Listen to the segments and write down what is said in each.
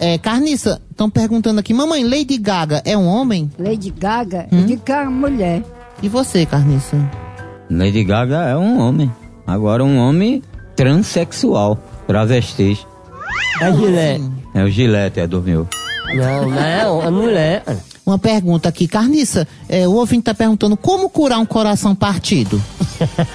É, Carniça, estão perguntando aqui, mamãe, Lady Gaga é um homem? Lady Gaga é de cara mulher. E você, Carniça? Lady Gaga é um homem. Agora um homem transexual, travestis. É gilete. É o Gillette, é dormiu. Não, não, é mulher. Uma pergunta aqui, Carniça, é, o ouvinte tá perguntando como curar um coração partido?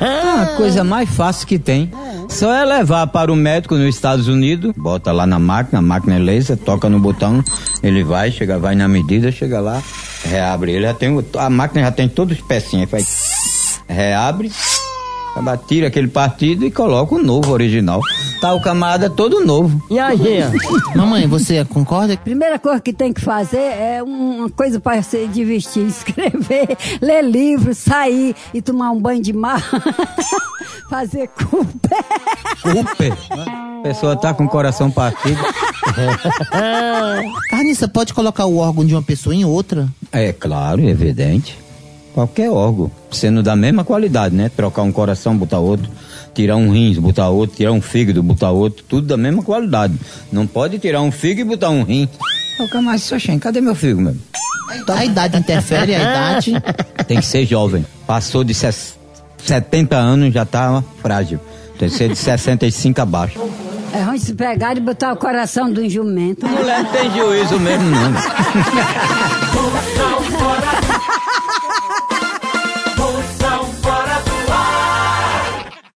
Ah, a coisa mais fácil que tem. Só é levar para o médico nos Estados Unidos, bota lá na máquina, a máquina é laser, toca no botão, ele vai, chega, vai na medida, chega lá, reabre. Ele já tem, o- a máquina já tem todos os pecinhas, faz, reabre, acaba, tira aquele partido e coloca o novo original. Tá o camada todo novo. E a Gia? mamãe, você concorda? Primeira coisa que tem que fazer é um- uma coisa para se divertir, escrever, ler livro, sair e tomar um banho de mar, fazer culpa. Cooper. A pessoa tá com o coração partido. Carniça, pode colocar o órgão de uma pessoa em outra? É claro, evidente. Qualquer órgão, sendo da mesma qualidade, né? Trocar um coração, botar outro, tirar um rins, botar outro, tirar um fígado, botar outro, tudo da mesma qualidade. Não pode tirar um fígado e botar um rim. Ô, Camargo, Xoxém, cadê meu fígado, meu? A idade interfere, a idade. Tem que ser jovem. Passou de ses- 70 anos, já tá ó, frágil. Tem que ser de 65 abaixo. É ruim se pegar e botar o coração de um jumento. Mulher não tem juízo mesmo, não. Moção Morada.